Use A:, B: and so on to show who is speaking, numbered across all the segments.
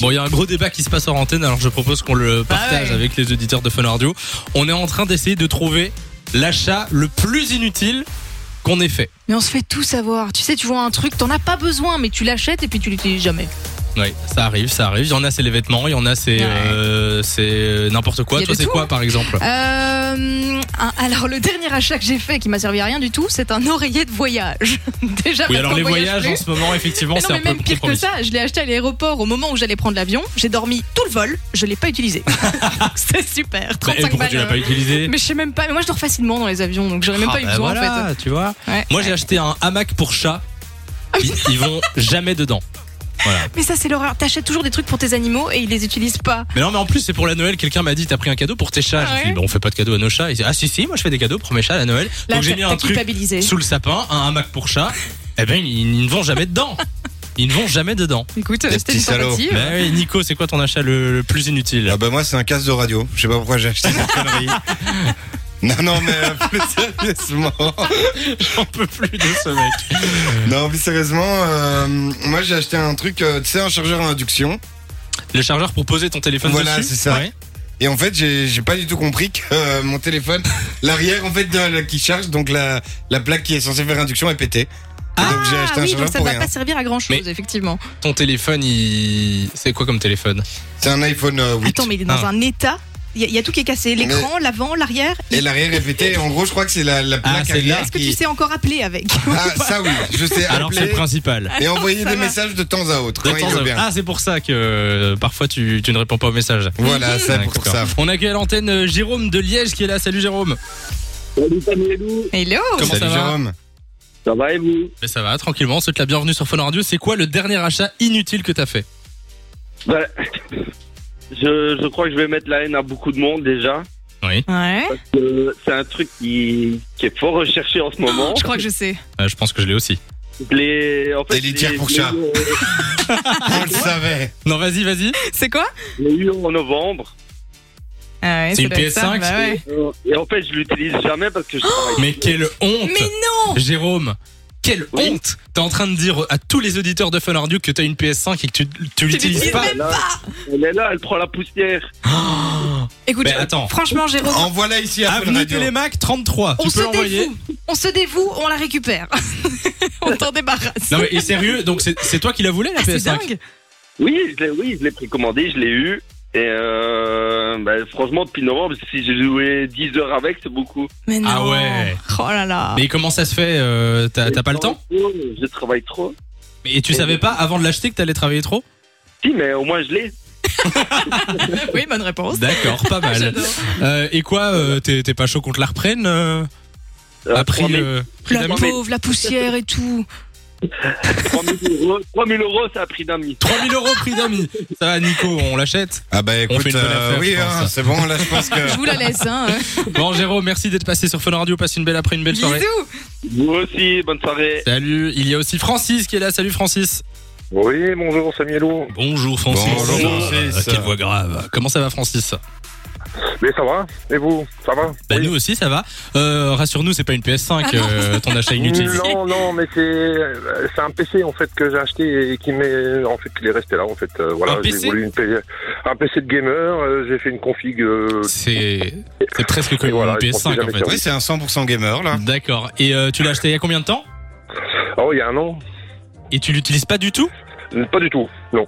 A: Bon, il y a un gros débat qui se passe en antenne, alors je propose qu'on le partage
B: Ah ouais.
A: avec les auditeurs de Fun Radio. On est en train d'essayer de trouver l'achat le plus inutile qu'on ait fait.
B: Mais on se fait tout savoir. Tu sais, tu vois un truc, t'en as pas besoin, mais tu l'achètes et puis tu l'utilises jamais.
A: Oui, ça arrive, ça arrive. Il y en a, c'est les vêtements, il y en a, c'est
B: Ouais.
A: euh, c'est, euh, n'importe
B: Il
A: quoi.
B: y a
A: Toi,
B: de
A: c'est
B: tout,
A: quoi,
B: hein.
A: par exemple
B: Euh, un- alors, le dernier achat que j'ai fait qui m'a servi à rien du tout, c'est un oreiller de voyage. Déjà,
A: Oui,
B: parce
A: alors
B: qu'on
A: les
B: voyage
A: voyages
B: plus.
A: en ce moment, effectivement,
B: Mais non,
A: c'est un
B: mais
A: peu
B: même pire que
A: compromis.
B: ça, je l'ai acheté à l'aéroport au moment où j'allais prendre l'avion. J'ai dormi tout le vol, je l'ai pas utilisé. c'est super.
A: Mais, eh,
B: 35
A: pourquoi
B: balles.
A: tu l'as pas
B: euh,
A: utilisé
B: Mais je sais même pas. Mais moi, je dors facilement dans les avions, donc j'aurais même
A: Ah,
B: pas eu
A: bah
B: besoin en
A: voilà,
B: fait.
A: tu vois.
B: Ouais.
A: Moi, j'ai acheté un hamac pour chat. Ils, ils vont jamais dedans.
B: Mais ça, c'est l'horreur. T'achètes toujours des trucs pour tes animaux et ils les utilisent pas.
A: Mais non, mais en plus, c'est pour la Noël. Quelqu'un m'a dit, t'as pris un cadeau pour tes chats.
B: Ah
A: J'ai dit,
B: ouais
A: bah, on fait pas de cadeau à nos chats. Il dit, ah si, si, moi je fais des cadeaux pour mes chats à la Noël.
B: Là,
A: Donc j'ai
B: t'as
A: mis un
B: t'as
A: truc
B: culpabilisé.
A: sous le sapin, un hamac pour chat. Eh ben, ils, ils ne vont jamais dedans. Ils ne vont jamais dedans.
B: Écoute, euh,
C: Les
B: c'était
C: petits
B: une
C: salauds.
B: tentative.
A: Bah oui, Nico, c'est quoi ton achat le, le plus inutile
C: Ah bah moi c'est un casque de radio. Je sais pas pourquoi j'ai acheté cette connerie. Non non mais euh, plus sérieusement.
A: J'en peux plus de ce mec.
C: Non plus sérieusement, euh, moi j'ai acheté un truc, euh, tu sais un chargeur à induction.
A: Le chargeur pour poser ton téléphone
C: Voilà,
A: dessus.
C: c'est ça.
A: Ouais.
C: Et en fait j'ai j'ai pas du tout compris que euh, mon téléphone, l'arrière en fait de, la- qui charge, donc la, la plaque qui est censée faire induction est pétée. Et donc j'ai acheté
B: ah
C: un
B: oui, donc
C: chargeur
B: ça
C: pour
B: va
C: rien.
B: pas servir à grand chose,
A: Mais-
B: effectivement.
A: Ton téléphone, il. C'est quoi comme téléphone
C: C'est un iPhone euh, 8.
B: Attends, mais il est dans
A: Ah.
B: un état. Il y, a- il y a tout qui est cassé, l'écran, l'avant, l'arrière.
C: Et l'arrière est pété. En gros je crois que c'est la, la plaque
A: c'est
C: arrière
A: là.
B: Est-ce que tu
C: qui...
B: sais encore appeler avec
C: Ah ça oui, je sais
A: Alors, c'est le
C: appeler
B: Ah,
A: principal.
C: et envoyer
B: Ça
C: des
B: va.
C: messages de temps à autre.
A: De
C: quand il
A: temps
C: veut
A: à-
C: bien.
A: Ah, c'est pour ça que euh, parfois tu, tu ne réponds pas aux messages.
C: Voilà, c'est pour
A: D'accord.
C: ça.
A: On accueille à l'antenne euh, Jérôme de Liège qui est là. Salut Jérôme.
D: Salut Samy et Lou.
B: Hello
A: Comment
C: Salut
A: ça va
C: Jérôme.
D: ça va et vous
A: Mais ça va, tranquillement. On te souhaite la bienvenue sur Fun Radio. C'est quoi le dernier achat inutile que t'as fait
D: Bah, je, je crois que je vais mettre la haine à beaucoup de monde déjà.
B: Ouais,
D: Euh, c'est un truc qui, qui est fort recherché en ce moment.
B: Ah, je crois que je sais.
A: Euh, Je pense que je l'ai aussi.
D: Les, en fait,
C: Des litières
D: je
C: pour
D: l'ai-
C: chat.
D: je l'ai eu- euh,
C: On le savait.
A: Non, vas-y, vas-y.
B: C'est quoi
D: Je l'ai eu en novembre.
B: Ah ouais,
A: C'est
B: ça
A: une
B: doit être ça,
A: PS5,
B: bah ouais. Oh,
D: Euh, Et en fait, je l'utilise jamais parce que je travaille.
A: Mais quelle honte,
B: Mais non
A: Jérôme. Quelle
D: Oui.
A: honte T'es en train de dire à tous les auditeurs de Fun Radio que t'as une PS5 et que tu, tu l'utilises
B: l'utilises
A: pas.
B: même
D: Là, elle est là, elle prend la poussière.
A: Oh.
B: Écoute,
A: Mais
B: je-
A: attends.
B: franchement, Jérôme,
C: En voilà ici à Fun
A: Avenue
C: Radio.
A: Télémac 33.
B: on
A: tu
B: se
A: peux envoyer.
B: dévoue. On se dévoue, on la récupère. on t'en débarrasse.
A: Non mais et sérieux, donc c'est c'est toi qui la voulais la
B: Ah, c'est
A: PS5
B: dingue
D: Oui, je l'ai, oui, je l'ai précommandé, je l'ai eu. Et euh, bah, franchement, depuis novembre, si j'ai joué 10 heures avec, c'est beaucoup.
B: Mais non
A: Ah ouais.
B: Oh là là
A: Mais comment ça se fait euh, T'as t'as pas le temps
D: Je travaille trop.
A: Et tu savais pas avant de l'acheter que t'allais travailler trop
D: Si, mais au moins je l'ai.
B: Oui, bonne réponse.
A: D'accord, pas mal.
B: Oh, J'adore.
A: Euh, et quoi, euh, t'es t'es pas chaud qu'on te la reprenne euh,
D: Euh,
A: à prix,
D: trois mille-
A: euh, prix
B: La
A: d'ami
B: pauvre, la poussière et tout.
D: 3000 euros, 3000 euros, c'est un prix d'ami.
A: 3000 euros prix d'ami Ça va Nico, on l'achète
C: Ah bah écoute,
A: fait une bonne
C: euh,
A: affaire,
C: oui,
A: je pense.
C: hein, c'est bon, là je pense que...
B: Je vous la laisse, hein.
A: Bon Jérôme, merci d'être passé sur Fun Radio, passe une belle après, une belle soirée.
B: Bisous
D: Vous aussi, bonne soirée.
A: Salut, il y a aussi Francis qui est là, salut Francis
E: Oui, bonjour Samuelou.
A: Bonjour Francis
C: Bonjour,
A: Euh,
C: Francis.
A: Quelle voix grave Comment ça va Francis
E: Mais ça va Et vous Ça va
A: Bah
E: Oui.
A: nous aussi ça va. Euh, Rassure-nous, c'est pas une PS5
B: Ah non.
A: euh, ton achat inutile.
E: Non, non, mais c'est euh, c'est un PC en fait que j'ai acheté et qui m'est en fait il est resté là en fait. Euh, voilà,
A: Un
E: j'ai
A: PC?
E: voulu une P- un PC de gamer. euh, j'ai fait une config. euh,
A: C'est c'est presque comme
E: Et voilà,
A: une
E: je pense que
A: PS5 en
E: jamais
A: fait.
C: Oui, c'est un 100% gamer là.
A: D'accord. Et euh, tu l'as acheté il y a combien de temps
E: Oh, il y a un an
A: Et tu l'utilises pas du tout
E: Pas du tout. Non.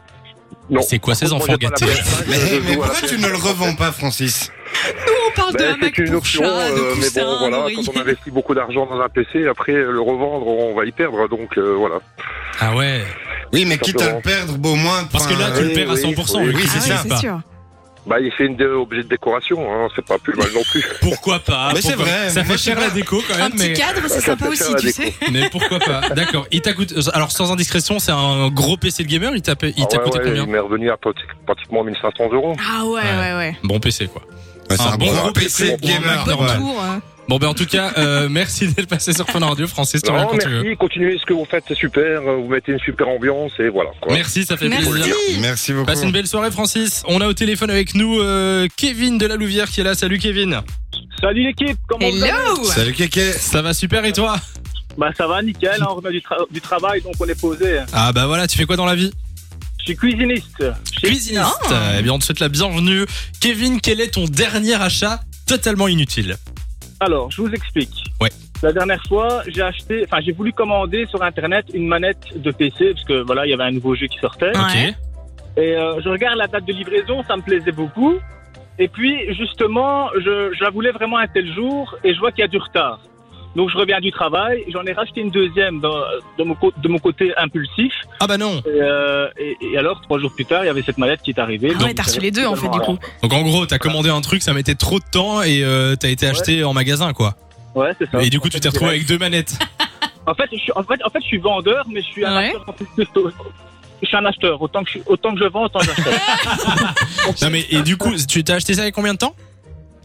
E: Non.
A: C'est quoi ces
E: Moi,
A: enfants
E: j'ai pas la
A: gâtés
E: PS5,
C: Mais,
E: je joue
C: mais
E: à la
C: pourquoi
E: PS5.
C: tu ne le revends pas, Francis
B: On parle de
E: Ben,
B: un Mac
E: c'est une
B: pour
E: option,
B: chat, de
E: euh, mais
B: coussin,
E: bon, voilà,
B: d'oreiller.
E: quand on investit beaucoup d'argent dans un PC, après euh, le revendre, on va y perdre, donc euh, voilà.
A: Ah ouais.
C: Oui, mais quitte à
E: Simplement.
C: le perdre, beau moins...
A: Parce que là
C: enfin,
A: tu
C: euh,
A: le perds à
E: oui,
A: 100%.
E: oui,
A: le
C: oui,
A: prix,
B: Ah
A: tu
B: ouais,
A: sais
B: c'est
A: pas.
B: sûr.
E: Bah, il fait une euh, objet de décoration, hein, c'est pas plus mal non plus.
A: Pourquoi pas
C: Mais c'est
A: pourquoi-
C: vrai,
A: Ça
C: moi,
A: fait
C: je
A: cher
C: sais
A: la
C: pas.
A: déco quand
B: Un
A: même,
B: petit
A: mais,
B: cadre, c'est
E: Ça
B: sympa
E: fait
B: aussi,
E: faire la
B: tu
E: déco.
B: sais.
A: mais pourquoi pas D'accord. Il t'a coûté. Alors sans indiscrétion, c'est un gros PC de gamer. Il t'a pa- il
E: Ah
A: t'a
E: ouais,
A: coûté
E: ouais,
A: combien
E: Il m'est revenu à prati- pratiquement 1500 euros.
B: Ah ouais,
A: Ouais.
B: ouais, ouais.
A: Bon PC quoi.
C: ouais, C'est
A: un
C: un,
A: bon
C: bon
A: gros
C: gros PC
A: PC,
C: gamer.
A: bon
B: Bon
A: normal.
B: tour. hein.
A: Bon ben en tout cas, euh, merci d'être passé sur Fun Radio, Francis. Tu reviens
E: Non,
A: quand tu veux.
E: merci, continuez ce que vous faites, c'est super. euh, Vous mettez une super ambiance et voilà. quoi.
A: Merci, ça fait plaisir.
B: Merci
C: Merci beaucoup.
A: Passe une belle soirée, Francis. On a au téléphone avec nous euh, Kevin de la Louvière qui est là. Salut, Kevin.
F: Salut l'équipe, comment vous allez
B: Hello
C: Salut Kéké
A: Ça va super et toi
F: Bah ça va nickel, hein, on revient du, tra- du travail donc on est posé.
A: Ah bah voilà, tu fais quoi dans la vie
F: Je suis cuisiniste. Je suis-
A: Cuisiniste. Eh bien, on te souhaite la bienvenue. Kevin, quel est ton dernier achat totalement inutile
F: Alors, je vous explique.
A: Ouais.
F: La dernière fois, j'ai acheté, enfin, j'ai voulu commander sur Internet une manette de PC, parce que voilà, il y avait un nouveau jeu qui sortait.
B: Ouais.
F: Et euh, je regarde la date de livraison, ça me plaisait beaucoup. Et puis, justement, je, je la voulais vraiment un tel jour et je vois qu'il y a du retard. Donc, je reviens du travail, j'en ai racheté une deuxième dans- de, mon, co- de mon côté impulsif.
A: Ah bah non.
F: Et, euh, et- et alors, trois jours plus tard, il y avait cette mallette qui est arrivée.
B: Ah ouais, t'as reçu les deux en fait du coup.
A: Donc en gros, t'as commandé un truc, ça mettait trop de temps et euh, t'as été acheté en magasin quoi.
F: Ouais, c'est ça.
A: Et du coup, tu t'es retrouvé avec deux manettes.
F: En fait, je suis, en, fait, en fait, je suis vendeur, mais je suis un
B: Ouais.
F: acheteur. en plus de- Je suis un acheteur. Autant que je, autant que je vends, autant j'achète.
A: Non mais et du coup, tu t'as acheté ça il y a combien de temps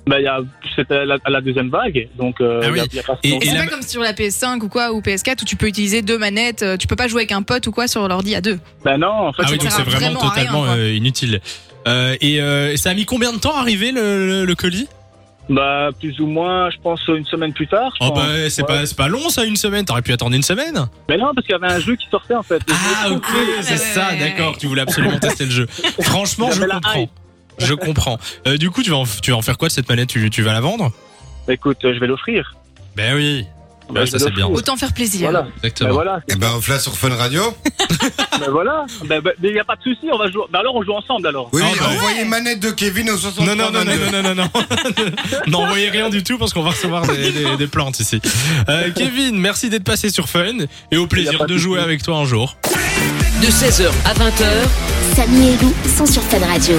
F: bah, il y a- C'était la, la deuxième vague, donc euh,
A: Ah
F: il y a-
A: oui.
F: il y a pas
A: Et-
F: si
B: Et c'est
A: la-
B: pas comme sur la PS5 ou quoi ou PS4 où tu peux utiliser deux manettes, euh, tu peux pas jouer avec un pote ou quoi sur l'ordi à deux.
F: Ben non, en fait,
A: Ah oui,
F: c'est-
A: donc
B: sert
A: c'est
B: à
A: vraiment,
B: vraiment à rien,
A: totalement
B: quoi.
A: euh, inutile. Euh, et euh, ça a mis combien de temps à arriver le, le- le colis
F: bah, plus ou moins, je pense, une semaine plus tard. je
A: Oh
F: pense.
A: bah c'est pas c'est pas long ça une semaine. T'aurais pu attendre une semaine.
F: Mais non, parce qu'il y avait un jeu qui sortait en fait. Bah, Et
A: Ah
F: je-
A: ok, c'est
B: ouais,
A: ça,
B: ouais,
A: d'accord.
B: ouais.
A: Tu voulais absolument tester le jeu. Franchement, je
F: J'avais la
A: comprends.
F: hype.
A: Je comprends. Euh, du coup, tu vas en, tu vas en faire quoi de cette manette tu, tu vas la vendre
F: Écoute, euh, je vais l'offrir.
A: Ben oui,
F: Ben, je
A: ça,
F: vais
A: c'est bien.
E: Oh.
F: l'offrir.
B: Autant faire plaisir.
F: Voilà, ben
A: exactement.
F: voilà,
C: Eh ben, offre-la sur Fun Radio.
F: ben voilà. Ben, ben, mais il n'y a pas de souci, on va jouer. Ben alors, on joue ensemble alors.
C: Oui,
A: Ah,
C: oui,
A: bah ouais.
C: envoyez manette de Kevin au
A: Non, non,
C: 63
A: non, non,
C: 22.
A: non, non, non, non. N'envoyez rien du tout parce qu'on va recevoir des, des- des plantes ici. Euh, Kevin, merci d'être passé sur Fun et au
F: Y a
A: plaisir
F: pas de
A: de jouer
F: souci.
A: avec toi un jour.
G: De 16h à 20h,
H: Samy et Lou sont sur Fun Radio.